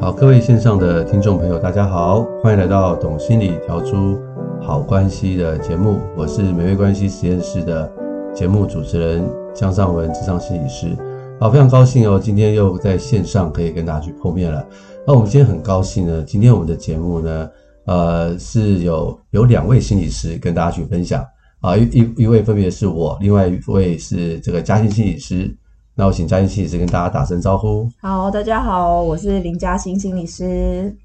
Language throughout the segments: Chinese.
好，各位线上的听众朋友，大家好，欢迎来到《懂心理调出好关系》的节目，我是美味关系实验室的节目主持人江尚文，智商心理师。好，非常高兴哦，今天又在线上可以跟大家去碰面了。那我们今天很高兴呢，今天我们的节目呢，呃，是有有两位心理师跟大家去分享啊，一一一位分别是我，另外一位是这个嘉欣心理师。那我请嘉欣心理师跟大家打声招呼。好，大家好，我是林嘉欣心理师。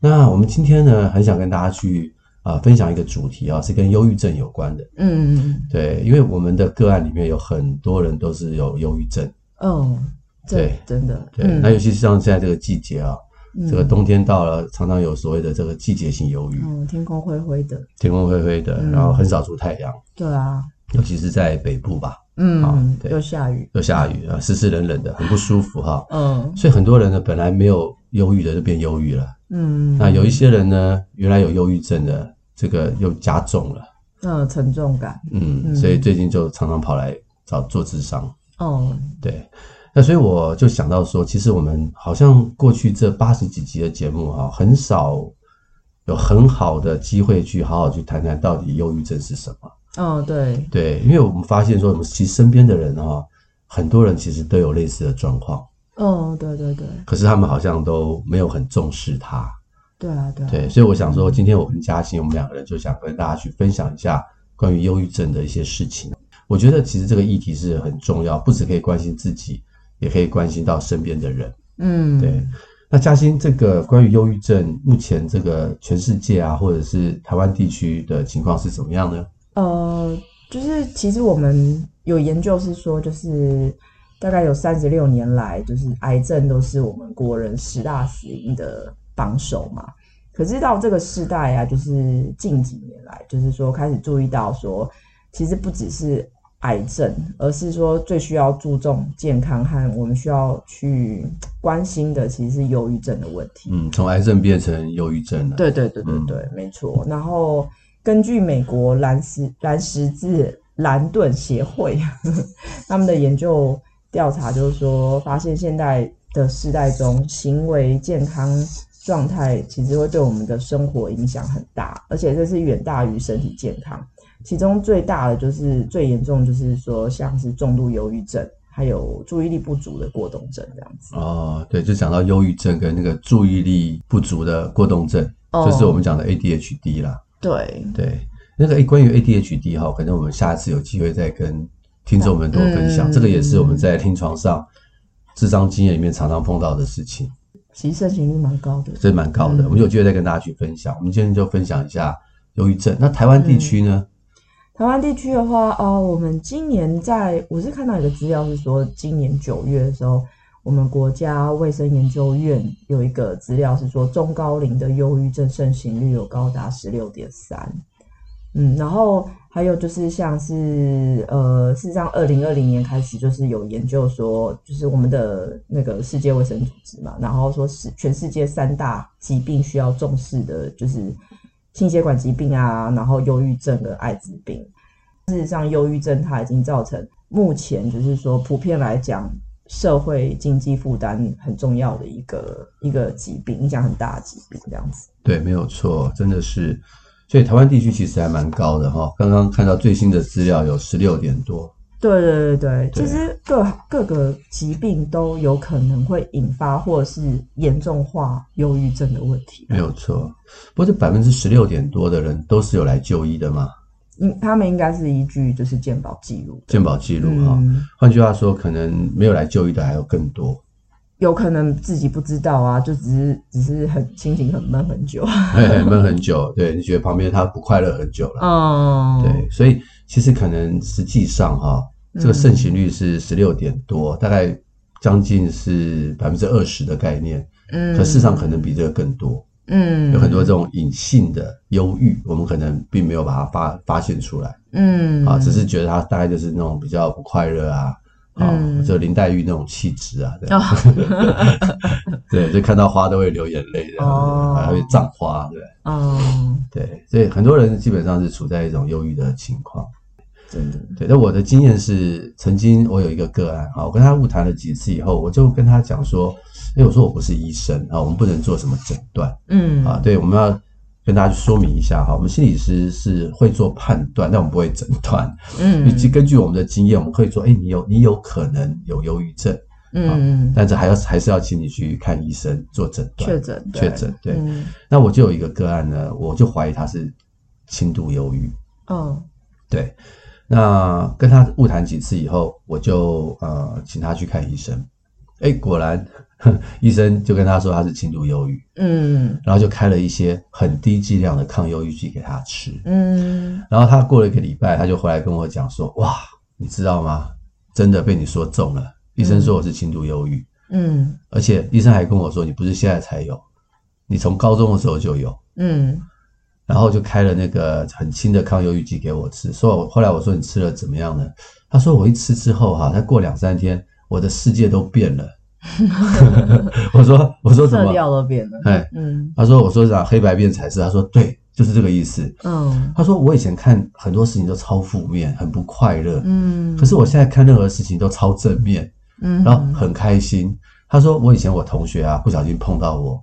那我们今天呢，很想跟大家去啊、呃分享一个主题啊，是跟忧郁症有关的。嗯，对，因为我们的个案里面有很多人都是有忧郁症。哦，这对真的，嗯对，那尤其是像现在这个季节啊，这个，冬天到了，常常有所谓的这个季节性忧郁，嗯，哦天空灰灰的，天空灰灰的，嗯然后很少出太阳，对啊，尤其是在北部吧，好嗯，对又下雨，又下雨啊，湿湿冷冷的，很不舒服哈、嗯所以很多人呢，本来没有忧郁的就变忧郁了。嗯，那有一些人呢，原来有忧郁症的，这个又加重了。嗯沉重感，嗯，嗯所以最近就常常跑来找做智商。哦，对，那所以我就想到说，其实我们好像过去这八十几集的节目哈、很少有很好的机会去好好去谈谈到底忧郁症是什么。哦，对，对，因为我们发现说，我们其实身边的人哈、很多人其实都有类似的状况，哦，对对对，可是他们好像都没有很重视它。对啊，对啊，对，所以我想说，今天我跟嘉欣，我们两个人就想跟大家去分享一下关于忧郁症的一些事情。我觉得其实这个议题是很重要，不只可以关心自己，也可以关心到身边的人。嗯，对，那嘉欣，这个关于忧郁症，目前这个全世界啊，或者是台湾地区的情况是怎么样呢？呃，就是其实我们有研究是说，就是大概有三十六年来，就是癌症都是我们国人十大死因的榜首嘛。可是到这个世代啊，就是近几年来，就是说开始注意到说，其实不只是癌症，而是说最需要注重健康和我们需要去关心的，其实是忧郁症的问题。嗯，从癌症变成忧郁症了。，对对对对嗯对，没错。然后根据美国蓝十蓝十字兰顿协会 他们的研究调查，就是说发现现代的世代中，行为健康状态其实会对我们的生活影响很大，而且这是远大于身体健康。其中最大的就是最严重，就是说像是重度忧郁症，还有注意力不足的过动症这样子。哦，对，就讲到忧郁症跟那个注意力不足的过动症，哦就是我们讲的 ADHD 啦。对，对，那个诶，关于 ADHD 哈，可能我们下次有机会再跟听众们多分享。嗯这个也是我们在临床上智商经验里面常常碰到的事情，其实盛行率蛮高的。真蛮高的。嗯我们有机会再跟大家去分享。我们今天就分享一下忧郁症。那台湾地区嗯呢？台湾地区的话，哦，我们今年在我是看到一个资料是说，今年九月的时候，我们国家卫生研究院有一个资料是说，中高龄的忧郁症盛行率有高达十六点三。嗯，然后还有就是像是呃，事实上，二零二零年开始就是有研究说，就是我们的那个世界卫生组织嘛，然后说是全世界三大疾病需要重视的，就是心血管疾病啊，然后忧郁症跟艾滋病。事实上，忧郁症它已经造成目前就是说普遍来讲，社会经济负担很重要的一个一个疾病，影响很大的疾病这样子。对，没有错，真的是。所以台湾地区其实还蛮高的哈。刚刚看到最新的资料有十六点多。对对对对，对其实各各个疾病都有可能会引发或是严重化忧郁症的问题。没有错，不过这百分之十六点多的人都是有来就医的嘛，嗯，他们应该是依据就是健保记录的。健保记录哈。嗯，换句话说，可能没有来就医的还有更多。有可能自己不知道啊，就只是只是很心情很闷很久。 嘿嘿闷很久，对，你觉得旁边他不快乐很久了，哦，对，所以其实可能实际上哈、嗯这个盛行率是十六点多，大概将近是百分之二十的概念，嗯，可市场可能比这个更多，嗯有很多这种隐性的忧郁，我们可能并没有把它发发现出来嗯啊，只是觉得它大概就是那种比较不快乐啊。啊嗯，就林黛玉那种气质啊，对哦对，就看到花都会流眼泪，然后哦还会葬花，对。哦，对，所以很多人基本上是处在一种忧郁的情况。真的，对，但我的经验是，曾经我有一个个案啊，我跟他误谈了几次以后，我就跟他讲说，因为我说我不是医生啊，我们不能做什么诊断嗯啊，对，我们要跟大家去说明一下哈，我们心理师是会做判断，但我们不会诊断。嗯以及根据我们的经验，我们可以说，哎，你有你有可能有忧郁症，嗯但是还要还是要请你去看医生做诊断确诊对确诊对。嗯那我就有一个个案呢，我就怀疑他是轻度忧郁。哦对，那跟他误谈几次以后，我就呃请他去看医生。哎，果然 医生就跟他说他是轻度忧郁，嗯然后就开了一些很低剂量的抗忧郁剂给他吃。嗯然后他过了一个礼拜，他就回来跟我讲说：“哇，你知道吗？真的被你说中了。医生说我是轻度忧郁，嗯而且医生还跟我说，你不是现在才有，你从高中的时候就有。”嗯然后就开了那个很轻的抗忧郁剂给我吃。说我后来我说你吃了怎么样呢？他说我一吃之后哈、他过两三天我的世界都变了。 我说我说什色么？调都变了，哎，嗯他说我说啥黑白变彩色？他说对，就是这个意思。嗯他说我以前看很多事情都超负面，很不快乐，嗯，可是我现在看任何事情都超正面，嗯，然后很开心。他说我以前我同学啊不小心碰到我，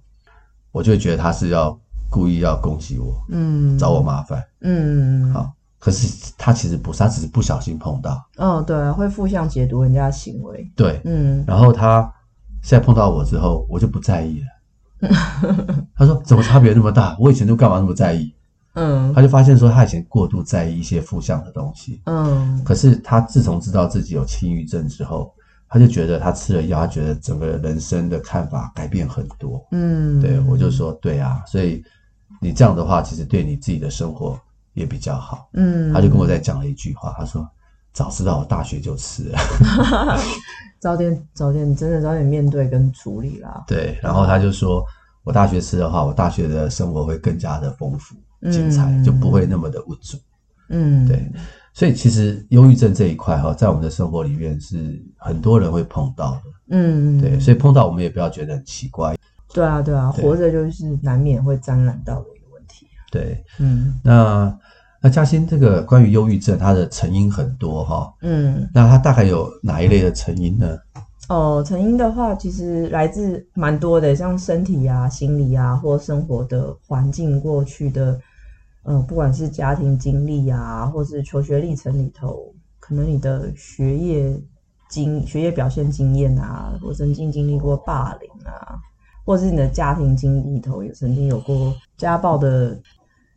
我就会觉得他是要故意要攻击我，嗯找我麻烦。嗯好可是他其实不是，他只是不小心碰到。哦对啊，会负向解读人家的行为，对，嗯然后他现在碰到我之后，我就不在意了。他说：“怎么差别那么大？我以前都干嘛那么在意？”嗯他就发现说，他以前过度在意一些负向的东西。嗯可是他自从知道自己有轻郁症之后，他就觉得他吃了药，他觉得整个人生的看法改变很多。嗯，对我就说：“对啊，所以你这样的话，其实对你自己的生活也比较好。”嗯，他就跟我再讲了一句话，他说：“早知道我大学就吃了。早点早点真的早点面对跟处理啦”，对，然后他就说：“我大学吃的话，我大学的生活会更加的丰富精彩，嗯就不会那么的无助。嗯对，所以其实忧郁症这一块哈、在我们的生活里面是很多人会碰到的。嗯对，所以碰到我们也不要觉得很奇怪。对啊对啊，对活着就是难免会沾染到的一个问题，对，嗯那那嘉欣这个关于忧郁症，它的成因很多哈、嗯。那它大概有哪一类的成因呢？哦，成因的话，其实来自蛮多的，像身体啊、心理啊，或生活的环境、过去的，呃，不管是家庭经历啊，或是求学历程里头，可能你的学业经、学业表现经验啊，或曾经经历过霸凌啊，或是你的家庭经历里头也曾经有过家暴的。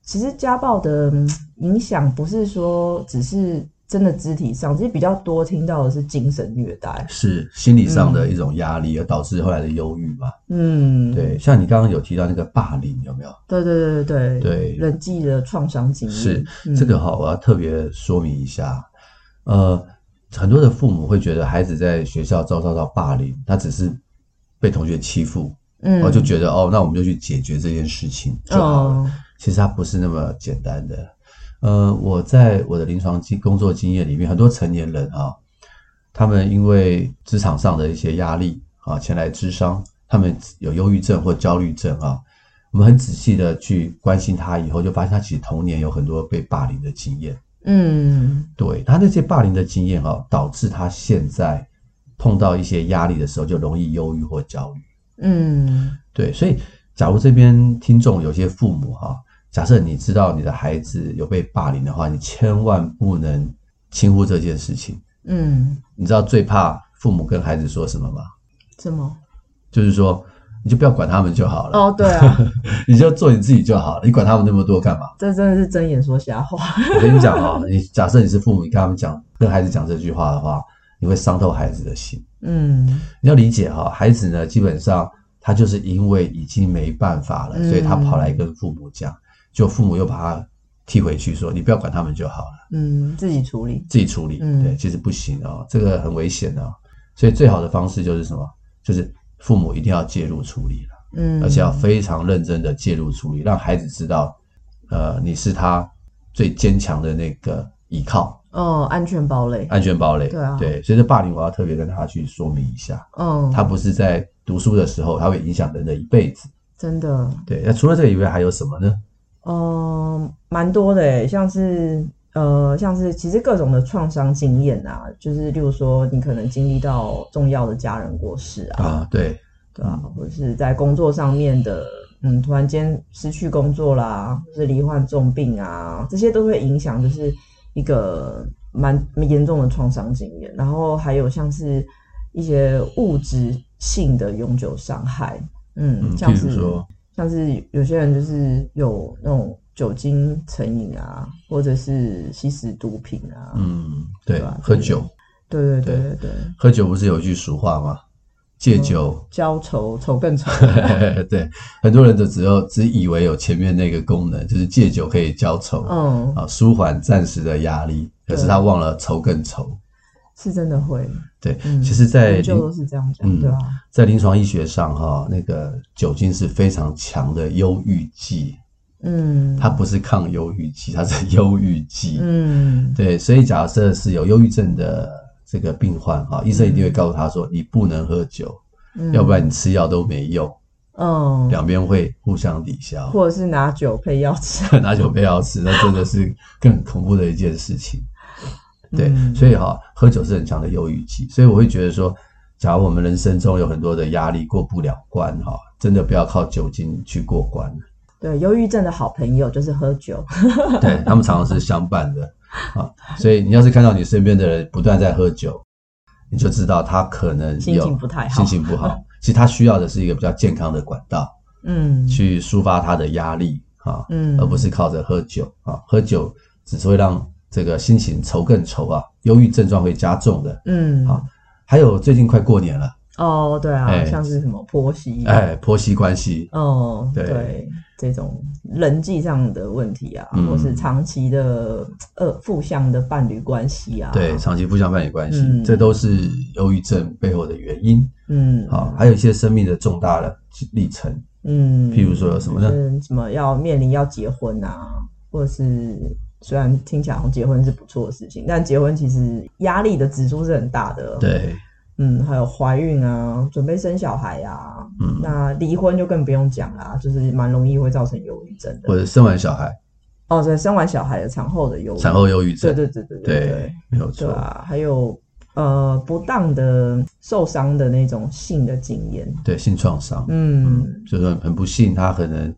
其实家暴的嗯影响不是说只是真的肢体上，其实比较多听到的是精神虐待。是心理上的一种压力，而导致后来的忧郁嘛？嗯，对，像你刚刚有提到那个霸凌，有没有？对对对对对人际的创伤经历是嗯这个哈，我要特别说明一下。呃，很多的父母会觉得孩子在学校遭受到霸凌，他只是被同学欺负，嗯哦，就觉得哦，那我们就去解决这件事情就好了。哦，其实它不是那么简单的。呃，我在我的临床经工作经验里面，很多成年人啊，他们因为职场上的一些压力啊，前来咨商，他们有忧郁症或焦虑症啊。我们很仔细的去关心他，以后就发现他其实童年有很多被霸凌的经验。嗯对他那些霸凌的经验啊，导致他现在碰到一些压力的时候，就容易忧郁或焦虑。嗯对，所以假如这边听众有些父母哈、假设你知道你的孩子有被霸凌的话，你千万不能轻忽这件事情。嗯，你知道最怕父母跟孩子说什么吗？怎么？就是说，你就不要管他们就好了，哦，对啊， 你就做你自己就好了，你管他们那么多干嘛？ 这真的是睁眼说瞎话。我跟你讲哈、你假设你是父母，你跟他们讲，跟孩子讲这句话的话，你会伤透孩子的心。嗯你要理解哈、孩子呢，基本上他就是因为已经没办法了，嗯所以他跑来跟父母讲，就父母又把他踢回去说，你不要管他们就好了，嗯，自己处理，自己处理。嗯对，其实不行哦，这个很危险哦。所以最好的方式就是什么？就是父母一定要介入处理了，嗯，而且要非常认真的介入处理，让孩子知道，呃，你是他最坚强的那个依靠、哦，安全堡垒，安全堡垒。对啊对，所以这霸凌我要特别跟他去说明一下，嗯，他不是在读书的时候，他会影响人的一辈子。真的，对，那除了这个以外还有什么呢？嗯，蛮多的诶，像是呃，像是其实各种的创伤经验啊，就是例如说你可能经历到重要的家人过世啊，啊，对，对啊，或者是在工作上面的，嗯，突然间失去工作啦，或是罹患重病啊，这些都会影响，就是一个蛮蛮严重的创伤经验。然后还有像是一些物质性的永久伤害，嗯，嗯，像譬是如说，像是有些人就是有那种酒精成瘾啊，或者是吸食毒品啊，嗯，对对啊，喝这酒个，对对对对对对，喝酒不是有一句俗话吗？戒嗯酒， 焦愁愁更愁，对，很多人都只有只以为有前面那个功能，就是戒酒可以消愁嗯，啊，舒缓暂时的压力，可是对他忘了愁更愁。是真的会。对，嗯其实在研究都临是这样讲，嗯对吧、啊在临床医学上哈、那个酒精是非常强的忧郁剂，嗯，它不是抗忧郁剂，它是忧郁剂。嗯，对，所以假设是有忧郁症的这个病患哈，医生一定会告诉他说，你不能喝酒，嗯要不然你吃药都没用，嗯，两边会互相抵消。或者是拿酒配药 吃，拿酒杯要吃，那真的是更恐怖的一件事情。对，嗯所以哈、喝酒是很强的忧郁剂，所以我会觉得说，假如我们人生中有很多的压力过不了关哈、真的不要靠酒精去过关。 对，忧郁症的好朋友就是喝酒， 对他们常常是相伴的啊，所以你要是看到你身边的人不断在喝酒，你就知道他可能有心情不太好心情不好。其实他需要的是一个比较健康的管道嗯去抒发他的压力啊，嗯，而不是靠着喝酒啊，喝酒只是会让这个心情愁更愁啊，忧郁症状会加重的。嗯，好还有最近快过年了，哦，对啊，哎像是什么婆媳，啊哎，婆媳关系，哦，对对，这种人际上的问题啊，嗯或是长期的呃负向的伴侣关系啊，对，长期不相伴侣关系，嗯这都是忧郁症背后的原因。嗯，啊，还有一些生命的重大的历程，嗯，譬如说有什么呢嗯，什么要面临要结婚啊，或者是虽然听起来好像结婚是不错的事情，但结婚其实压力的指数是很大的。，对，嗯，还有怀孕啊，准备生小孩啊，嗯那离婚就更不用讲啦，就是蛮容易会造成忧郁症或的。者生完小孩，哦，对，生完小孩的产后的忧郁，产后忧郁症，对嗯对对对对对没有对错，啊，还有呃不当的受伤的那种性的经验，对性创伤，嗯就是很很不幸，他可能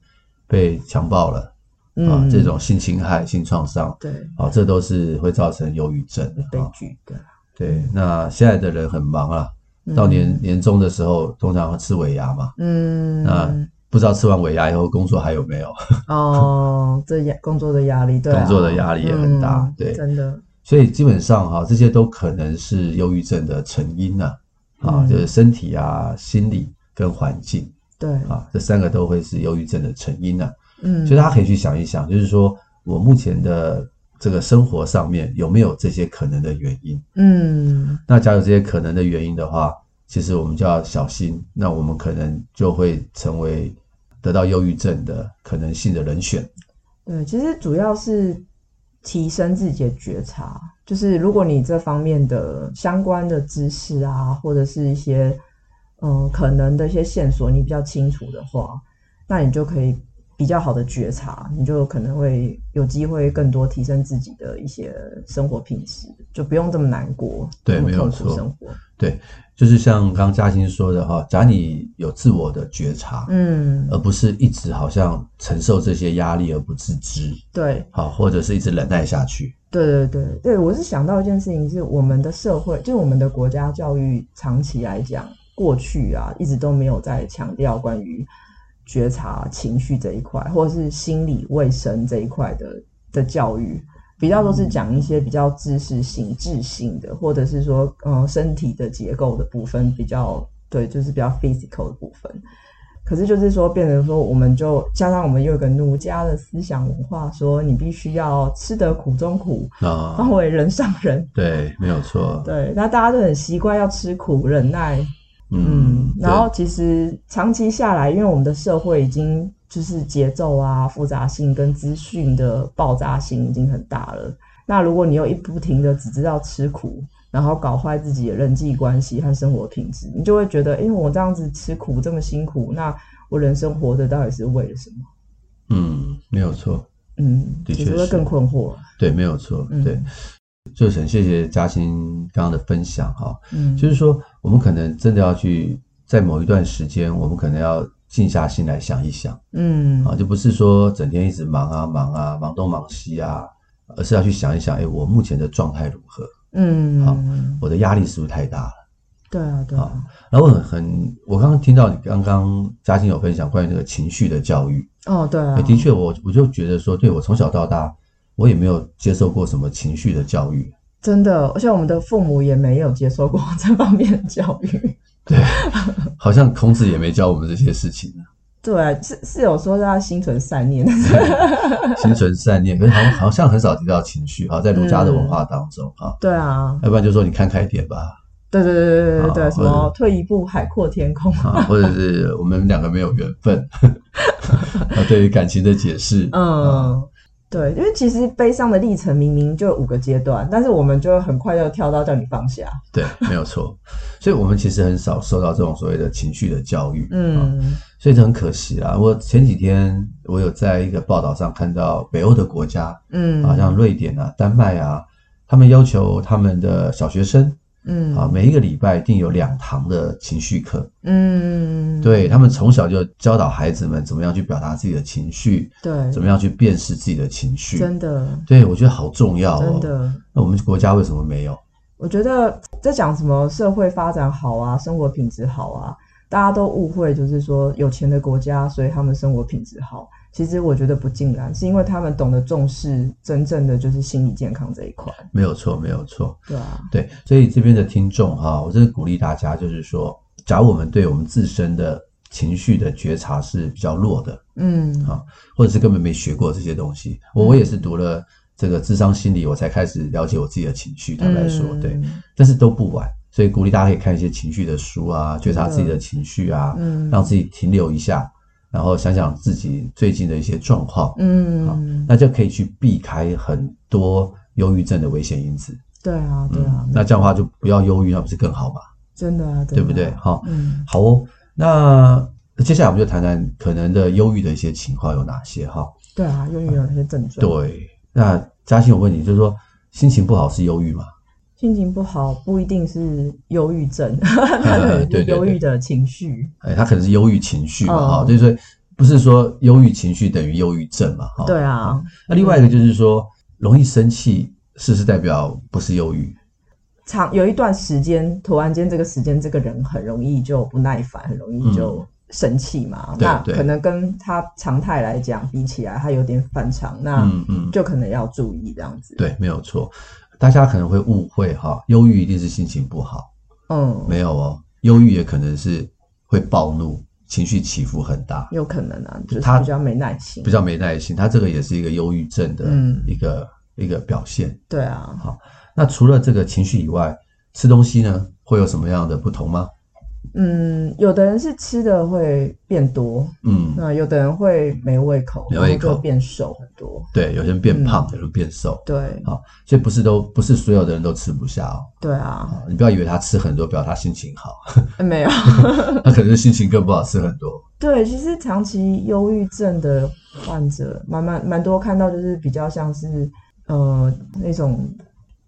被强暴了嗯，啊，这种性侵害、性创伤对啊，这都是会造成忧郁症的悲啊。剧的。对，那现在的人很忙啊，嗯到年年终的时候通常会吃尾牙嘛，嗯，那不知道吃完尾牙以后工作还有没有，哦， 这压工作的压力，对啊、工作的压力也很大嗯对真的，所以基本上哈、这些都可能是忧郁症的成因呢、啊，嗯就是身体啊、心理跟环境对，啊，这三个都会是忧郁症的成因呢、嗯，所以大家可以去想一想，就是说我目前的这个生活上面有没有这些可能的原因？嗯，那假如这些可能的原因的话，其实我们就要小心，那我们可能就会成为得到忧郁症的可能性的人选。对，其实主要是提升自己的觉察，就是如果你这方面的相关的知识啊，或者是一些嗯可能的一些线索，你比较清楚的话，那你就可以比较好的觉察，你就可能会有机会更多提升自己的一些生活品质，就不用这么难过，对这么没有痛苦错生活，就是像刚嘉欣说的哈，假如你有自我的觉察，嗯，而不是一直好像承受这些压力而不自知，对。好，或者是一直忍耐下去。对对对对，我是想到一件事情，是我们的社会，就是我们的国家教育，长期来讲，过去啊一直都没有在强调关于觉察情绪这一块，或者是心理卫生这一块的的教育，比较都是讲一些比较知识性、智性的，或者是呃说，嗯、身体的结构的部分比较，对，就是比较 physical 的部分。可是就是说，变成说，我们就加上我们又有个儒家的思想文化，说你必须要吃得苦中苦，啊方，为人上人。对，没有错，对，那大家都很习惯要吃苦忍耐，嗯嗯，，然后其实长期下来，因为我们的社会已经就是节奏啊、复杂性跟资讯的爆炸性已经很大了。那如果你又一不停的只知道吃苦，然后搞坏自己的人际关系和生活品质，你就会觉得，因为我这样子吃苦这么辛苦，那我人生活着到底是为了什么？对，嗯，没有错，嗯，的其确实会是更困惑。对，没有错，嗯对，就是很谢谢嘉欣刚刚的分享哈、嗯，就是说，我们可能真的要去在某一段时间，我们可能要静下心来想一想嗯啊，就不是说整天一直忙啊忙啊忙东忙西啊，而是要去想一想，哎，我目前的状态如何？好嗯，我的压力是不是太大了？对啊对啊，然后我很很，我刚刚听到你刚刚嘉欣有分享关于那个情绪的教育，哦对啊哎，，的确我，我就觉得说，对我从小到大，我也没有接受过什么情绪的教 育，真的，而且我们的父母也没有接受过 这方面的教育。好像孔子也没教我们这些事情，对，是是有说要心存善念，但是心存善念，可是好像好像很少提到情绪啊，在儒家的文化当中啊， 对啊，要不然就说你看开一点吧对对对对对对啊对，什或么者退一步海阔天空，啊，或者是我们两个没有缘分 啊，对于感情的解释，啊， 嗯，对，因为其实悲伤的历程明明就有五个阶段，但是我们就很快就跳到叫你放下，对，没有错，所以我们其实很少受到这种所谓的情绪的教育，啊，嗯所以这很可惜啦。我前几天我有在一个报道上看到北欧的国家，嗯，啊，像瑞典啊、丹麦啊，他们要求他们的小学生嗯啊，每一个礼拜一定有两堂的情绪课。嗯对他们从小就教导孩子们怎么样去表达自己的情绪，对，怎么样去辨识自己的情绪。真的对我觉得好重要真哦。的。那我们国家为什么没有？我觉得在讲什么社会发展好啊，生活品质好啊，大家都误会，就是说有钱的国家，所以他们生活品质好。其实我觉得不尽然，是因为他们懂得重视真正的就是心理健康这一块。没有错，没有错。对啊，对，所以这边的听众哈、我真的鼓励大家，就是说，假如我们对我们自身的情绪的觉察是比较弱的，嗯好或者是根本没学过这些东西，我我也是读了这个智商心理，我才开始了解我自己的情绪。坦白嗯说，对，，但是都不晚，所以鼓励大家可以看一些情绪的书啊，觉察自己的情绪啊，嗯让自己停留一下，然后想想自己最近的一些状况，嗯，那就可以去避开很多忧郁症的危险因子。嗯对啊，对啊，那这样的话就不要忧郁，那不是更好吗？真的啊，对不对？真的啊哈、嗯好哦，那接下来我们就谈谈可能的忧郁的一些情况有哪些哈、对啊，忧郁有一些症状，，对，那嘉欣，我问你，就是说心情不好是忧郁吗？心情不好不一定是忧郁症， 它可能 对对对是忧郁的情绪。哎，他可能是忧郁情绪嘛，哈、嗯就是说不是说忧郁情绪等于忧郁症嘛，哈、对。啊，那另外一个就是说，容易生气是不是代表不是忧郁？长有一段时间，突然间这个时间，这个人很容易就不耐烦，很容易就生气嘛。嗯对那对可能跟他常态来讲比起来，他有点反常，那嗯嗯，就可能要注意这样子。，对，没有错。大家可能会误会哈，忧郁一定是心情不好，嗯，没有哦，忧郁也可能是会暴怒，情绪起伏很大，有可能啊，就是他比较没耐心比。较没耐心，他这个也是一个忧郁症的嗯一个、一个表现。对啊，那除了这个情绪以外，吃东西呢会有什么样的不同吗？嗯，有的人是吃的会变多，嗯，那有的人会没胃口，没胃然口后就变瘦很多。对，有些人嗯变胖，有人变瘦，对所以不是都不是所有的人都吃不下哦。对啊，哎啊你不要以为他吃很多，表示他心情 好，没有。他可能是心情更不好，吃很多。对，其实长期忧郁症的患者，蛮蛮蛮多看到，就是比较像是呃那种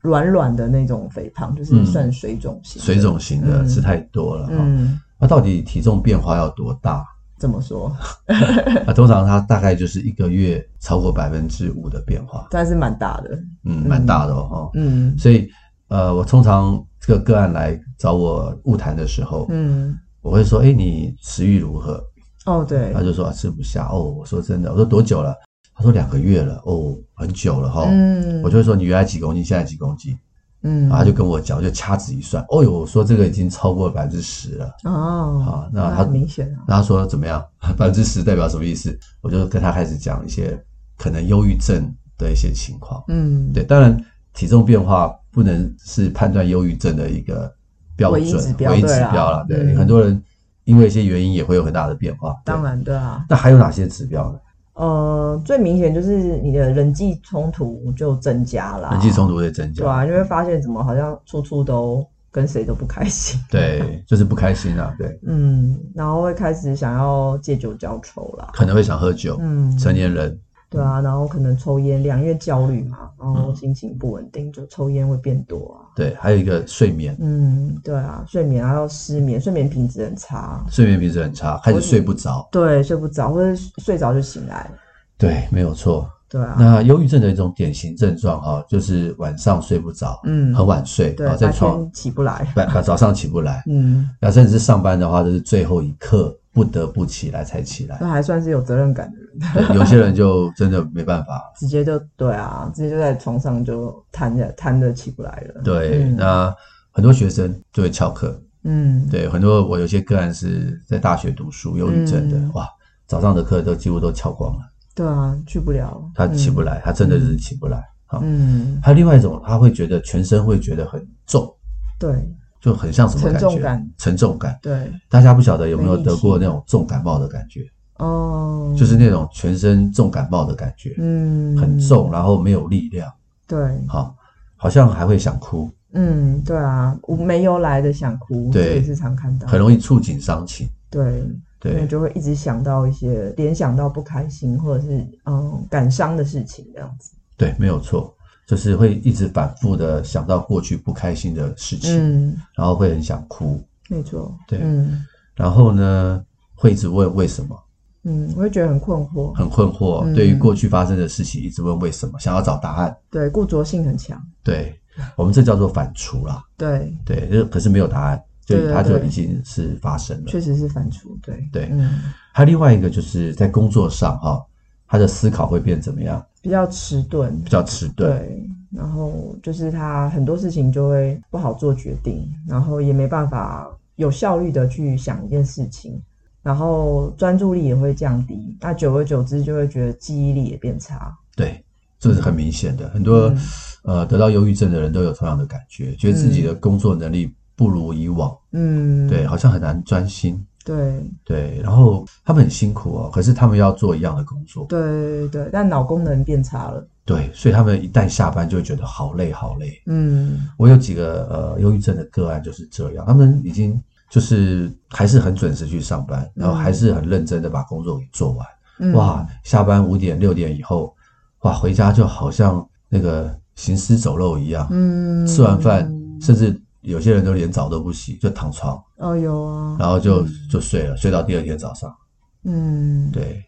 软软的那种肥胖，就嗯是算水肿型的。水肿型的、嗯吃太多了哈、嗯，那到底体重变化要多大？怎么说？那通常它大概就是一个月超过百分之五的变化，但是蛮大的。嗯，蛮大的哦。哈嗯所以呃，我通常这个个案来找我物谈的时候，嗯，我会说：“哎，你食欲如何哦？”对他，就说、啊吃不下。哦，我说真的，我说多久了？他说两个月了。哦，很久了哈、嗯，我就会说：“你原来几公斤，现在几公斤？嗯，然后他就跟我讲，我就掐指一算，哦呦，我说这个已经超过百分之十了。哦好，那他很明显啊，然后他说怎么样？ 百分之十代表什么意思？我就跟他开始讲一些可能忧郁症的一些情况。嗯，对，当然体重变化不能是判断忧郁症的一个标准啊唯一指标唯一指对啦标啦。对，嗯很多人因为一些原因也会有很大的变化。对当，然对啊，那还有哪些指标呢？呃，最明显就是你的人际冲突就增加了，人际冲突会增啊对加，啊，你会发现怎么好像处处都跟谁都不开心， 对，就是不开心啊，对，嗯，然后会开始想要借酒浇愁啦，可能会想喝酒。嗯，成年人对啊，然后可能抽烟，两月焦虑嘛，然后嗯心情不稳定，就抽烟会变多啊。对，还有一个睡眠，嗯，对啊，睡眠还有失眠，睡眠品质很差，啊睡眠品质很差，开始睡不着。对，睡不着或者睡着就醒来，对，没有错。对啊，那忧郁症的一种典型症状哈、就是晚上睡不着，嗯，很晚睡，对啊，，在白床天起不来，晚晚早上起不来，嗯，那甚至是上班的话，就是最后一刻不得不起来才起来 那。还算是有责任感的人，对有些人就真的没办法。直接就对啊，直接就在床上就瘫着瘫着起不来了，对，嗯那很多学生就会翘课。嗯，对，很多我有些个案是在大学读书，忧郁症的，嗯哇，早上的课都几乎都翘光了，对啊，去不了，他起不来，来，他真的就是起不来。啊，嗯，还有另外一种，他会觉得全身会觉得很重，对就很像什么感觉？沉重感。沉重感。对，大家不晓得有没有没力气得过那种重感冒的感觉，哦，就是那种全身重感冒的感觉，嗯，很重，，然后没有力量，对，好，好像还会想哭，嗯，对啊，无没由来的想哭，对这也是常看到，很容易触景伤情。对，因为对就会一直想到一些联想到不开心或者是嗯感伤的事情这样子，对，没有错，就是会一直反复的想到过去不开心的事情，嗯，然后会很想哭，没错，对嗯然后呢会一直问为什么，嗯，我会觉得很困惑，很困惑，嗯对于过去发生的事情一直问为什么，想要找答案。对，固着性很强，对我们这叫做反刍啦，对，对，就是可是没有答案，就对对它就对已经是发生了确。实是反刍，对，对嗯，还有另外一个就是在工作上哈、他的思考会变怎么样？比较迟钝比，较迟钝，对。然后就是他很多事情就会不好做决定，然后也没办法有效率的去想一件事情，然后专注力也会降低。那久而久之就会觉得记忆力也变差。对，这是很明显的。很多、嗯呃得到忧郁症的人都有同样的感觉，觉得自己的工作能力不如以往，嗯，对，好像很难专心，对对。然后他们很辛苦哦，可是他们要做一样的工作，对对，但脑功能变差了。对，所以他们一旦下班就会觉得好累好累。嗯我有几个呃忧郁症的个案就是这样，他们已经就是还是很准时去上班，然后还是很认真的把工作给做完。嗯，哇，下班五点六点以后，哇，回家就好像那个行尸走肉一样，嗯，吃完饭，甚至有些人都连澡都不洗，就躺床，哦有啊，然后就就睡了，睡到第二天早上。嗯，对，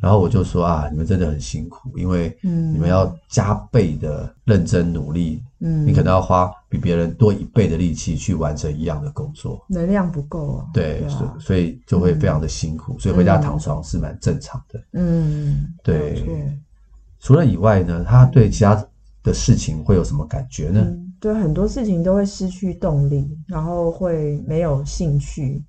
然后我就说啊，你们真的很辛苦，因为嗯，你们要加倍的认真努力，嗯，你可能要花比别人多一倍的力气去完成一样的工作。能量不够啊。对，啊所所以就会非常的辛苦，所以回家躺床是蛮正常的。嗯，对没有错除了以外呢，他对其他的事情会有什么感觉呢？嗯，对，很多事情都会失去动力，然后会没有兴趣，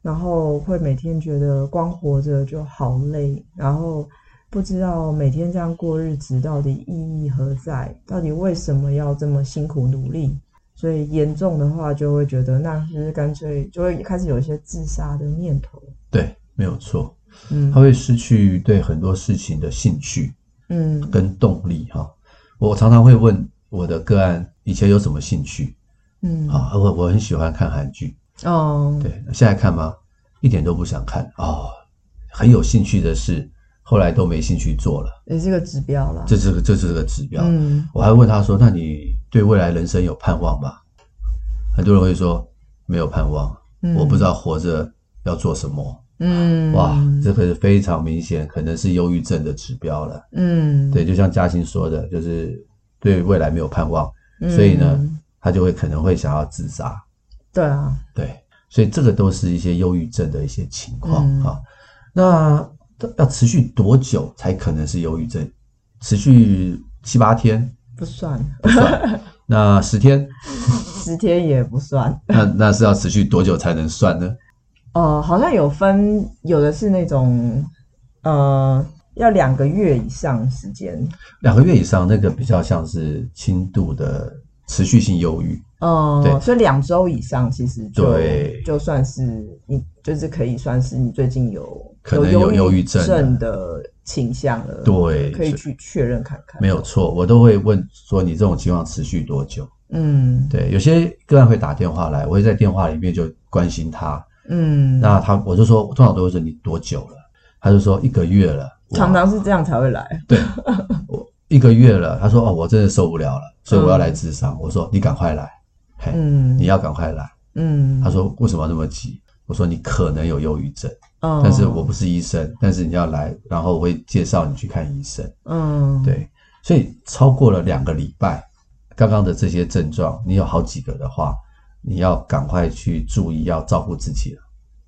然后会每天觉得光活着就好累，然后不知道每天这样过日子到底意义何在，到底为什么要这么辛苦努力？所以严重的话，就会觉得那是不是干脆就会开始有一些自杀的念头。对，没有错，嗯他会失去对很多事情的兴趣嗯跟动力哈、我常常会问我的个案以前有什么兴趣嗯啊？我我很喜欢看韩剧，哦对，那现在看吗？一点都不想看哦。很有兴趣的事，后来都没兴趣做了，也是个指标啦。这是个这是个指标。嗯我还问他说：“那你对未来人生有盼望吗？”很多人会说没有盼望，嗯，我不知道活着要做什么。嗯哇，这个是非常明显，可能是忧郁症的指标了。嗯对，就像嘉欣说的，就是对未来没有盼望，所以呢嗯，他就会可能会想要自杀。对啊，对，所以这个都是一些忧郁症的一些情况嗯啊。那要持续多久才可能是忧郁症？持续七八天不算。不算。那十天，十天也不算。那那是要持续多久才能算呢？呃，好像有分，有的是那种呃要两个月以上时间，两个月以上，那个比较像是轻度的持续性忧郁。哦、对所以两周以上其实就对就算是你就是可以算是你最近有可能有忧郁症了的倾向了，对可以所以去确认看看。没有，错，我都会问说你这种情况持续多久？嗯，对，有些个案会打电话来，我会在电话里面就关心他。嗯，那他我就说，我通常都会说你多久了？他就说一个月了。哇常常是这样才会来，对，我一个月了。他说哦，我真的受不了了，所以我要来治伤。我说你赶快来，嘿，嗯，你要赶快来。嗯，他说为什么要那么急？我说你可能有忧郁症，哦，但是我不是医生，但是你要来，然后我会介绍你去看医生。嗯，，对，所以超过了两个礼拜，刚刚的这些症状，你有好几个的话，你要赶快去注意，要照顾自己了。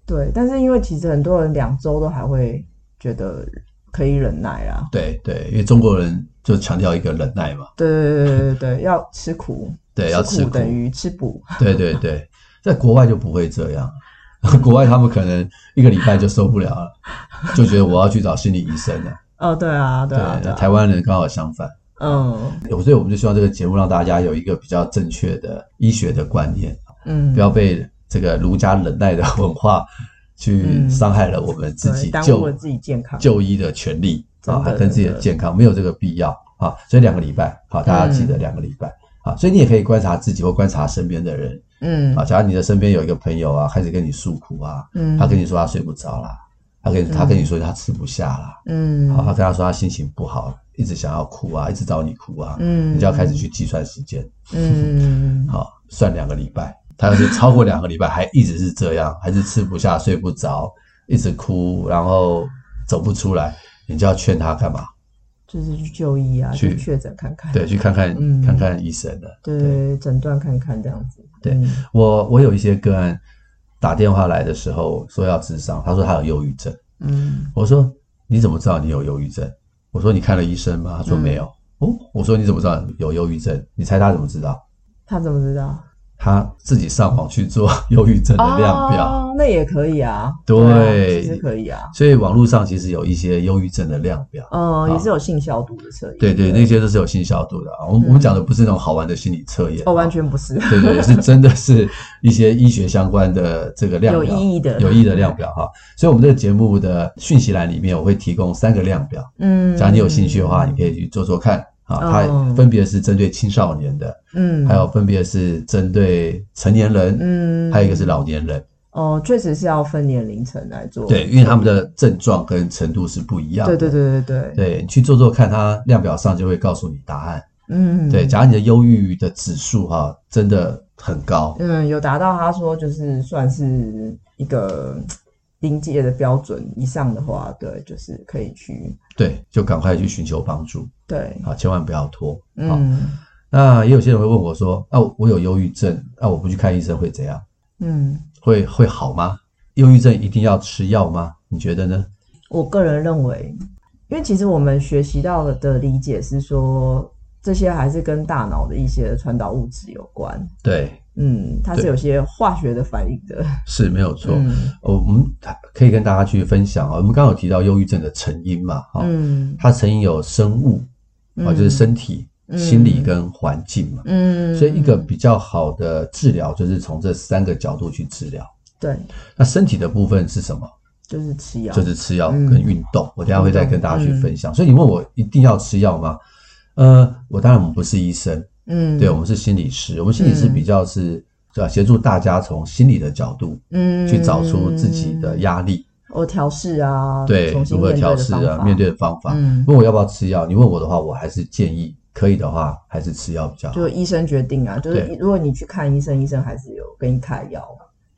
对，但是因为其实很多人两周都还会觉得可以忍耐啊，对对，因为中国人就强调一个忍耐嘛，对对对对对对，要吃苦， 对，要吃苦苦，等于吃补， 对对对，在国外就不会这样， 国外他们可能一个礼拜就受不了 了，就觉得我要去找心理医生了。哦，对啊， 对啊，对那啊，台湾人刚好相反，嗯所以我们就希望这个节目让大家有一个比较正确的医学的观念。嗯，不要被这个儒家忍耐的文化去嗯伤害了我们自己对耽误就了自己健康就医的权利真啊的，跟自己的健康没有这个必要啊。所以两个礼拜，好，大家记嗯得两个礼拜啊。所以你也可以观察自己或观察身边的人嗯啊。假如你的身边有一个朋友啊，开始跟你诉苦啊，嗯，他跟你说他睡不着啦，他跟你他跟你说他吃不下啦，啊嗯好，他跟他说他心情不好，一直想要哭啊，一直找你哭啊，嗯你就要开始去计算时间。嗯好，算两个礼拜。他要是超过两个礼拜还一直是这样，还是吃不下、睡不着，一直哭，然后走不出来，你就要劝他干嘛？就是去就医啊，去去确诊看看，对，去看看、嗯看看医生的。对诊断看看这样子，对嗯我我有一些个案打电话来的时候说要治伤，他说他有忧郁症，嗯我说你怎么知道你有忧郁症？我说你看了医生吗？他嗯说没有。哦，我说你怎么知道有忧郁症？你猜他怎么知道？他怎么知道？他自己上网去做 忧郁症的量表。哦，那也可以啊，对啊其实可以啊，所以网络上其实有一些忧郁症的量表，嗯，也是有性消毒的测验，对对，那些都是有性消毒的啊。我们、我们讲的不是那种好玩的心理测验，啊哦，完。全 不是，对对，是真的是一些医学相关的这个量表，有意义的有意义的量表哈。所以，我们这个节目的讯息栏里面，我会提供三个量表，嗯，假如你有兴趣的话，你可以去做做看啊。它哦分别是针对青少年的，嗯，还有分别是针对成年人，嗯，还有一个是老年人。哦，确实是要分年龄层来做，对，因为他们的症状跟程度是不一样的。对对对对对对，对，你去做做看，它量表上就会告诉你答案。嗯，对，假如你的忧郁的指数哈、真的很高，嗯，有达到他说就是算是一个嗯临界的标准以上的话，对，就是可以去对，就赶快去寻求帮助对，啊，千万不要拖。啊。嗯那也有些人会问我说，啊，我有忧郁症，啊，我不去看医生会怎样？嗯，会会好吗？忧郁症一定要吃药吗？你觉得呢？我个人认为，因为其实我们学习到的理解是说，这些还是跟大脑的一些传导物质有关，对，嗯，它是对有些化学的反应的，是没有错。嗯哦我们可以跟大家去分享啊、我们刚刚有提到忧郁症的成因嘛，哈、嗯它成因有生物啊、就是身体、嗯心理跟环境嘛。嗯，所以，一个比较好的治疗就是从这三个角度去治疗。对，那身体的部分是什么？就是吃药，就是吃药嗯跟运动。我等一下会再跟大家去分享。所以，你问我一定要吃药吗？呃，我当然我们不是医生，嗯，对我们是心理师。我们心理师比较是对吧？啊协助大家从心理的角度嗯去找出自己的压力，我调试啊，对嗯重新如何面对调的试方啊，法面对的方法。嗯问我要不要吃药，你问我的话，我还是建议可以的话还是吃药比较好。就医生决定啊，就是对如果你去看医生，医生还是有给你开药，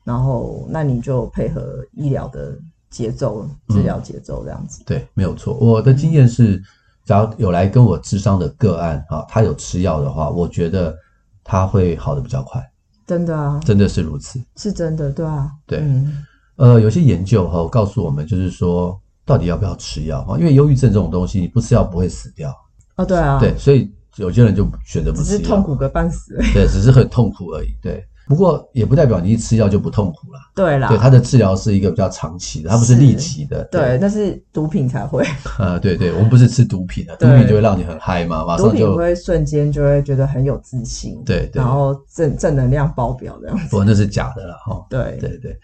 然后那你就配合医疗的节奏、治疗节奏这样子。对，没有错。我的经验是，只要有来跟我智商的个案啊，他有吃药的话，我觉得他会好的比较快，真的啊，真的是如此。是真的，对啊，嗯对嗯呃，有些研究哈、告诉我们，就是说到底要不要吃药啊？因为忧郁症这种东西，你不吃药不会死掉，哦，对啊，对，所以啊有些人就选择不只是吃痛药，苦个半死 而已。对，只是很痛苦而已。对，不过也不代表你一吃药就不痛苦了。对啦，对，它的治疗是一个比较长期的，它不是是立即的。对，那是毒品才会，呃，对对，我们不是吃毒品的，啊毒对品就会让你很嗨嘛，马毒上品就会瞬间就会觉得很有自信，对对然，后正正能量爆表这样子。不过那是假的了哈。哦对，对对，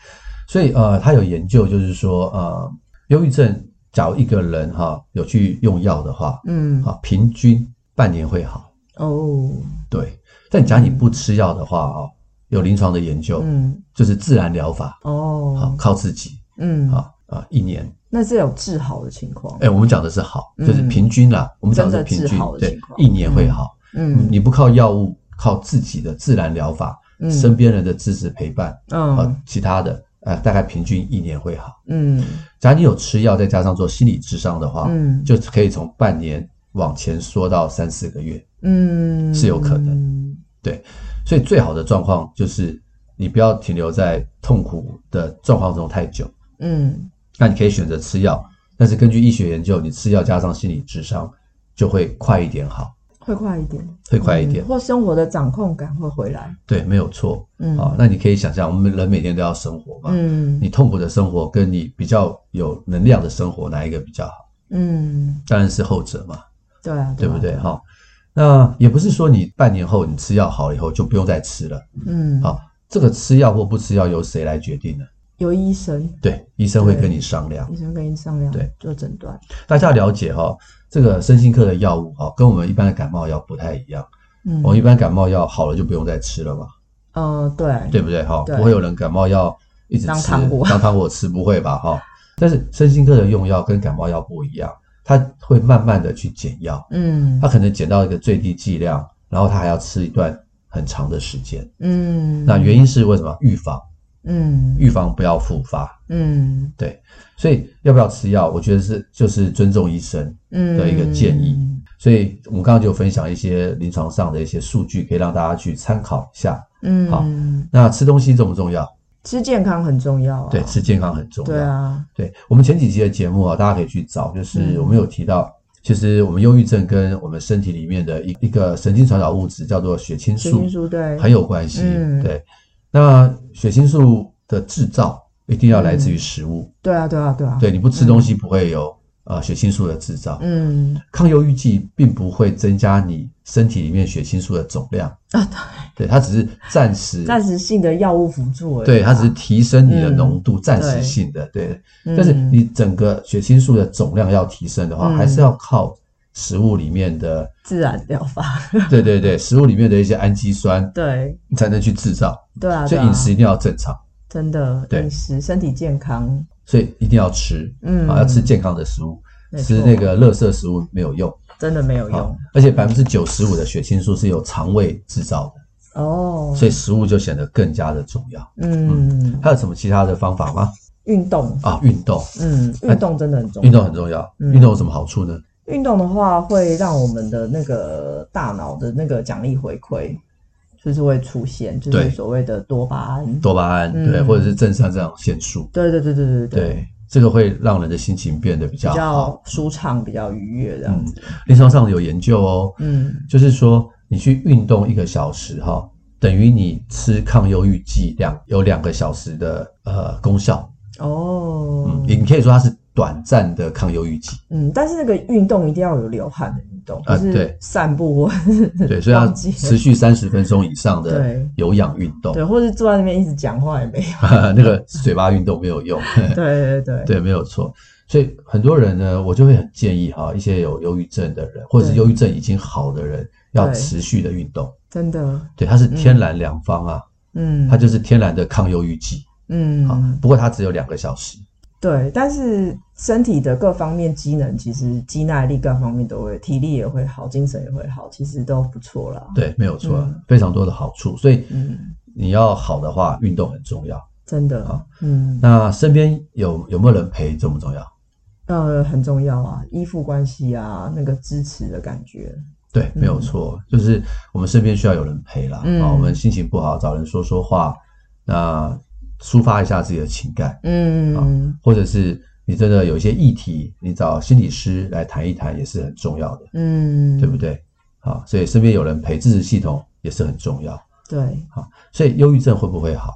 所以呃，他有研究就是说，呃，忧郁症，假如一个人哈、有去用药的话，嗯，啊，平均半年会好。哦，对，但假如你不吃药的话哦，有临床的研究，嗯，就是自然疗法，好哦，靠自己，嗯，啊啊，一年。那是有治好的情况哎、，我们讲的是好，嗯就是平均啦，我们讲的是真的平均治好，的对情，况一年会好。嗯你不靠药物，靠自己的自然疗法，嗯身边人的支持陪伴，啊、嗯其他的，呃，大概平均一年会好。嗯假如你有吃药，再加上做心理智商的话，嗯就可以从半年往前缩到三四个月。嗯，是有可能，所以最好的状况就是你不要停留在痛苦的状况中太久。嗯那你可以选择吃药，但是根据医学研究，你吃药加上心理智商就会快一点好，会快一点，会快一点。嗯或生活的掌控感会回来，对，没有错。嗯啊，那你可以想象，我们人每天都要生活嘛。嗯你痛苦的生活跟你比较有能量的生活，哪一个比较好？嗯，当然是后者嘛。对啊，对啊不对？哈、那也不是说你半年后你吃药好了以后就不用再吃了嗯，啊、这个吃药或不吃药由谁来决定呢？有医生，对，医生会对跟你商量医。生跟你商量，对，做诊断，大家了解哈、这个身心科的药物哈、跟我们一般的感冒药不太一样。嗯，我们一般感冒药好了就不用再吃了嘛，呃，对，对不对？哈、对不会有人感冒药一直吃当糖果当糖果吃，不会吧？哈、但是身心科的用药跟感冒药不一样，它会慢慢的去减药，嗯它可能减到一个最低剂量，然后它还要吃一段很长的时间。嗯，那原因是为什么？预防，嗯预防不要复发。嗯所以要不要吃药，我觉得是就是尊重医生。嗯的一个建议，所以我们刚刚就分享一些临床上的一些数据，可以让大家去参考一下。嗯，好那吃东西重不重要？吃健康很重要啊，对，吃健康很重要。对啊，对我们前几集的节目啊，大家可以去找，就是嗯我们有提到，其实我们忧郁症跟我们身体里面的一一个神经传导物质叫做血清血素清，素对，很有关系。嗯对，那血清素的制造一定要来自于食物。对啊对啊对啊，对，你不吃东西不会有、呃血清素的制造。嗯抗忧郁剂并不会增加你身体里面血清素的总量，啊对，它只是暂时，暂时嗯性的药物辅助而已啊，对，它只是提升你的浓度，暂时性的，对。嗯，但是你整个血清素的总量要提升的话，嗯还是要靠食物里面的， 自然疗法， 对对对，食物里面的一些氨基酸对才能去制造，对啊，所对以啊饮食一定要正常，真的对饮食身体健康，所以一定要吃嗯啊，要吃健康的食物，没吃错那个垃圾食物没有用真的没有啊用，而且百分之九十五的血清素是由肠胃制造的。哦，所以食物就显得更加的重要。嗯，还有什么其他的方法吗？运动，啊，运动，嗯，运动真的很重要运。动很重要。嗯运动有什么好处呢？运动的话，会让我们的那个大脑的那个奖励回馈，就是会出现，就对是所谓的多巴胺。多巴胺，嗯对，或者是正肾上腺素，对对对对对对，对，这个会让人的心情变得比比较好。嗯较舒畅，比较愉悦这样子。临床上有研究哦，嗯就是说你去运动一个小时哈、等于你吃抗忧郁剂两有两个小时的呃功效。哦嗯，嗯你可以说它是短暂的抗忧郁剂，但是那个运动一定要有流汗的运动，不啊是对散步或是对，所以要忘记 了持续三十分钟以上的对有氧运动。对，或是坐在那边一直讲话也没有。 那个嘴巴运动没有用， 对对对对，没有错。所以很多人呢，我就会很建议哈，一些有忧郁症的人，或者是对忧郁症已经好的人，要对持续的运动。真的，对，它是天然良方啊，嗯，它就是天然的抗忧郁剂啊。嗯，不过它只有两个小时，对，但是身体的各方面机能，其实肌耐力各方面都会，体力也会好，精神也会好，其实都不错啦。对，没有错，嗯非常多的好处。所以嗯，你要好的话，运动很重要。真的好，嗯，那身边有有没有人陪重不重要？呃，很重要啊，依附关系啊，那个支持的感觉，对，没有错，就是我们身边需要有人陪啦。嗯啊，我们心情不好，找人说说话，那抒发一下自己的情感。嗯或者是你真的有一些议题，你找心理师来谈一谈也是很重要的，嗯，对不？对？啊，所以身边有人陪，支持系统也是很重要。对，所以忧郁症会不会好？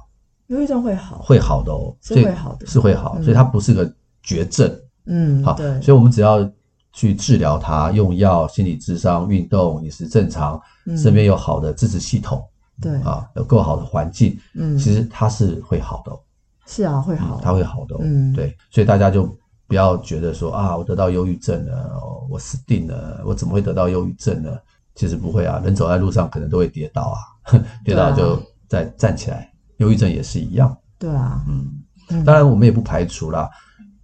忧郁症会好，会好的哦，是所以会好的是会好，嗯所以它不是个绝症。嗯，好，对，所以我们只要去治疗它，用药、心理智商、运动、饮食正常，嗯身边有好的支持系统对，啊，有够好的环境，嗯，其实它是会好的哦，是啊，嗯会好，它会好的哦。嗯对，所以大家就不要觉得说啊，我得到忧郁症了，哦我死定了，我怎么会得到忧郁症呢？其实不会啊，人走在路上可能都会跌倒啊， 跌倒对啊就再站起来。忧郁症也是一样，对啊，嗯。嗯当然，我们也不排除啦，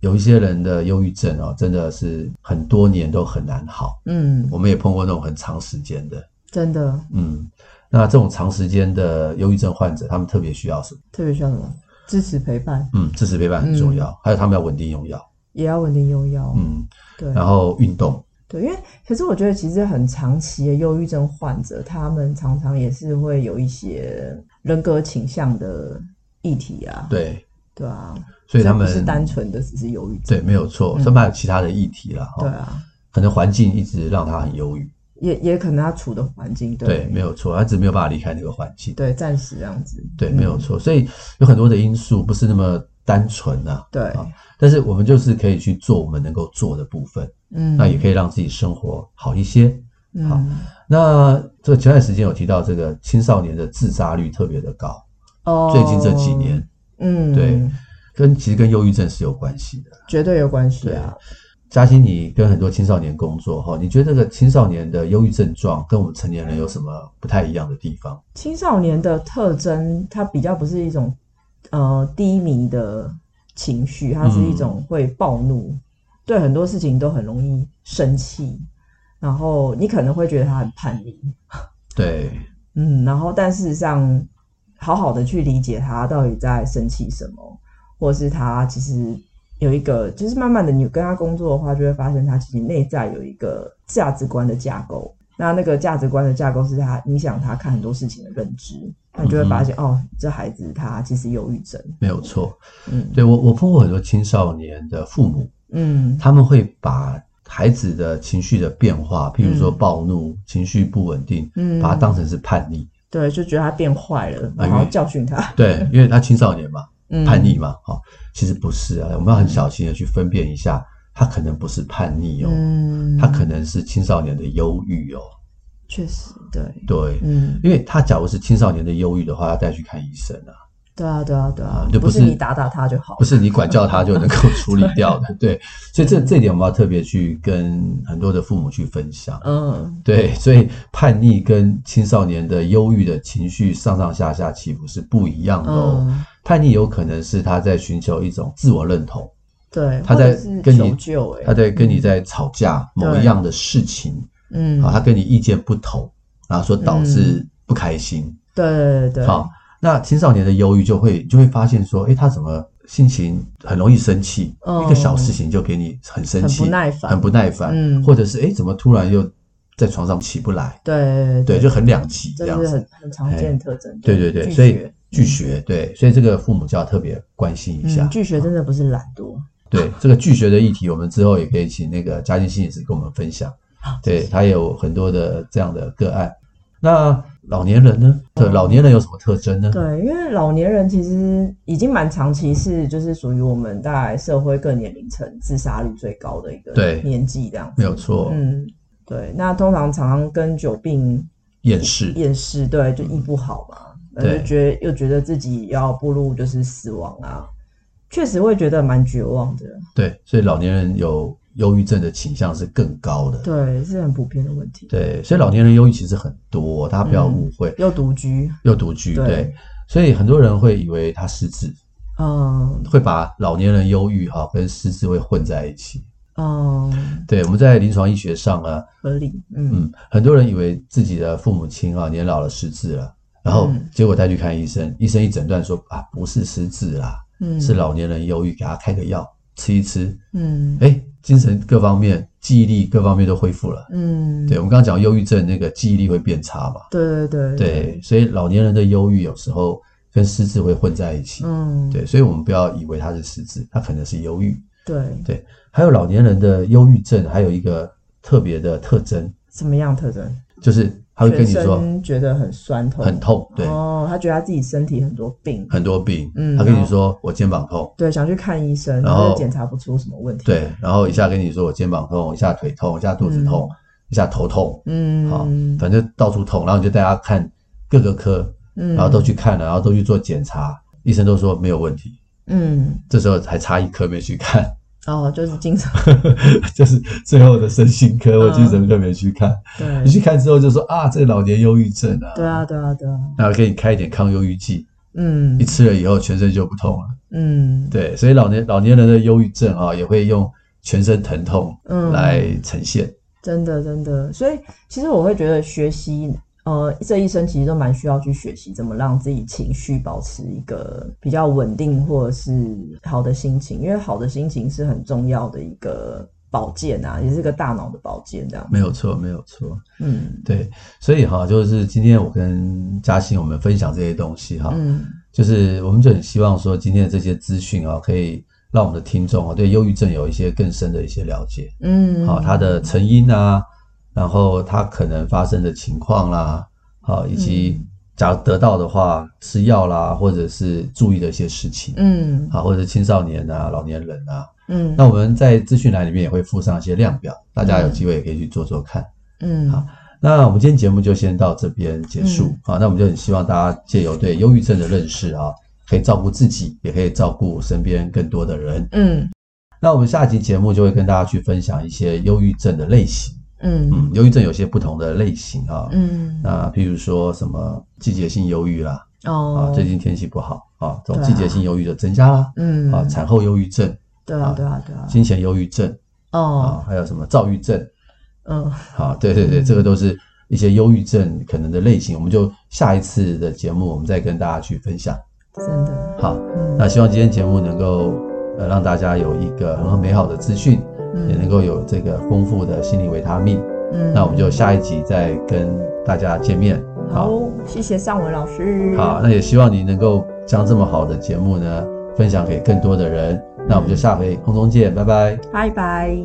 有一些人的忧郁症哦，真的是很多年都很难好。嗯，我们也碰过那种很长时间的，真的嗯，那这种长时间的忧郁症患者，他们特别需要什么？特别需要什么支持陪伴，嗯，支持陪伴很重要，嗯还有他们要稳定用药，也要稳定用药，嗯，对，然后运动，对，因为可是我觉得其实很长期的忧郁症患者，他们常常也是会有一些人格倾向的议题啊，对，对啊，所以他这们不是单纯的只是忧郁症，对，没有错，嗯他们还有其他的议题啦，哦对，啊，可能环境一直让他很忧郁，也也可能他处的环境对，没有有错，他只是没有办法离开那个环境，对暂时这样子，对，嗯没有错，所以有很多的因素不是那么单纯啊，对，啊但是我们就是可以去做我们能够做的部分，嗯，那也可以让自己生活好一些。嗯好那这个前段时间有提到，这个青少年的自杀率特别的高，哦，最近这几年，嗯，对，跟其实跟忧郁症是有关系的。绝对有关系啊，嘉欣，你跟很多青少年工作哈，你觉得这个青少年的忧郁症状跟我们成年人有什么不太一样的地方？青少年的特征，它比较不是一种呃低迷的情绪，它是一种会暴怒，对很多事情都很容易生气，然后你可能会觉得他很叛逆，对，嗯，然后但事实上，好好的去理解他到底在生气什么，或是他其实有一个，就是慢慢的你跟他工作的话，就会发现他其实内在有一个价值观的架构。那那个价值观的架构是他影响他看很多事情的认知，那你就会发嗯现、哦，这孩子他其实忧郁症。没有错。嗯对我，我碰过很多青少年的父母，嗯他们会把孩子的情绪的变化，譬如说嗯暴怒、情绪不稳定，嗯，把它当成是叛逆。对，就觉得他变坏了，哎然后教训他，对，因为他青少年嘛，嗯叛逆嘛，哦，其实不是啊，我们要很小心的去分辨一下，他可能不是叛逆哦，嗯，他可能是青少年的忧郁哦，确实对，对。嗯，因为他假如是青少年的忧郁的话，要带去看医生啊，对啊，对啊，对啊，就不不是你打打他就好了，不是你管教他就能够处理掉 的，对。所以这这一点我们要特别去跟很多的父母去分享。嗯，对，所以叛逆跟青少年的忧郁的情绪上上下下起伏是不一样的哦。嗯，叛逆有可能是他在寻求一种自我认同，对，他或者在是跟求你救、欸，他在跟你在吵架某对一样的事情嗯，啊，他跟你意见不同，然后所导致不开心。对对对，好，那青少年的忧郁就会就会发现说，诶，他怎么心情很容易生气，嗯一个小事情就给你很生气，很不耐烦很不耐烦嗯或者是诶，怎么突然又在床上起不来？对对，就很两极这这样是子。很很常见的特征，对对对，拒所以绝嗯拒学，对，所以这个父母就要特别关心一下。嗯，拒学真的不是懒惰，对这个拒学的议题，我们之后也可以请那个家庭心理师跟我们分享。对他也有很多的这样的个案。那老年人呢？对，老年人有什么特征呢？对，因为老年人其实已经蛮长期是就是属于我们大概社会各年龄层自杀率最高的一个对哦年纪这样子，没有错，嗯，对，那通常常常跟久病厌世。厌世，对，就医不好嘛，那对就觉得又觉得自己要步入就是死亡啊，确实会觉得蛮绝望的，对，所以老年人有忧郁症的倾向是更高的。对，是很普遍的问题。对，所以老年人忧郁其实很多，大家不要嗯误会。又独居，又独居，对对，所以很多人会以为他失智，嗯会把老年人忧郁哈跟失智会混在一起。嗯，对，我们在临床医学上啊，合理，嗯嗯，很多人以为自己的父母亲啊年老了失智了，然后嗯结果带去看医生，医生一诊断说啊不是失智啦，嗯，是，老年人忧郁，给他开个药吃一吃，嗯哎，精神各方面、记忆力各方面都恢复了。嗯，对，我们刚刚讲忧郁症那个记忆力会变差嘛，对对对对，，所以老年人的忧郁有时候跟失智会混在一起。嗯对，所以我们不要以为它是失智，它可能是忧郁。对，还有老年人的忧郁症，还有一个特别的特征，什么样特征？就是他会跟全你说身觉得很酸痛，很痛，对，哦，他觉得他自己身体很多病，很多病，嗯他跟你说我肩膀痛，对，想去看医生，然然后后检查不出什么问题，，对，然后一下跟你说我肩膀痛，一下腿痛，一下肚子痛，一下头痛，嗯，好，反正到处痛，然后你就带他看各个科，嗯，然后都去看了，然后都去做检查，医生都说没有问题，嗯，这时候还差一科没去看， 哦，就是经常就是最后的身心科嗯或精神科没去看，对你，去看之后就说啊，这个老年忧郁症啊，嗯对啊，对啊，对啊，然后给你开一点抗忧郁剂，嗯一吃了以后全身就不痛了。嗯对，所以老年老年人的忧郁症啊，也会用全身疼痛嗯，来呈现。真的，真的，所以其实我会觉得学习，呃，这一生其实都蛮需要去学习怎么让自己情绪保持一个比较稳定或者是好的心情，因为好的心情是很重要的一个保健啊，也是个大脑的保健这样。没有错，没有错。嗯对，所以哈、就是今天我跟嘉欣我们分享这些东西哈、嗯就是我们就很希望说今天的这些资讯啊，可以让我们的听众啊对忧郁症有一些更深的一些了解。嗯，好、它的成因啊，然后它可能发生的情况啦，好、以及假如得到的话，吃药啦，或者是注意的一些事情，嗯好、或者青少年啊、老年人啊，嗯，那我们在资讯栏里面也会附上一些量表，大家有机会也可以去做做看。嗯好那我们今天节目就先到这边结束啊、那我们就很希望大家借由对忧郁症的认识啊，可以照顾自己，也可以照顾身边更多的人。嗯那我们下集节目就会跟大家去分享一些忧郁症的类型。嗯嗯，忧郁症有些不同的类型啊，嗯那譬如说什么季节性忧郁啦，啊哦，，最近天气不好啊，这种对啊季节性忧郁的增加啦，嗯啊，产后忧郁症、对啊对啊对啊金钱忧郁症啊哦，还有什么躁郁症嗯啊，对对对，嗯这个都是一些忧郁症可能的类型，我们就下一次的节目我们再跟大家去分享。真的好，嗯那希望今天节目能够呃让大家有一个很美好的资讯，也能够有这个丰富的心理维他命。嗯那我们就下一集再跟大家见面。好，谢谢尚文老师。好，那也希望你能够将这么好的节目呢分享给更多的人。那我们就下回空中见，拜拜。拜拜。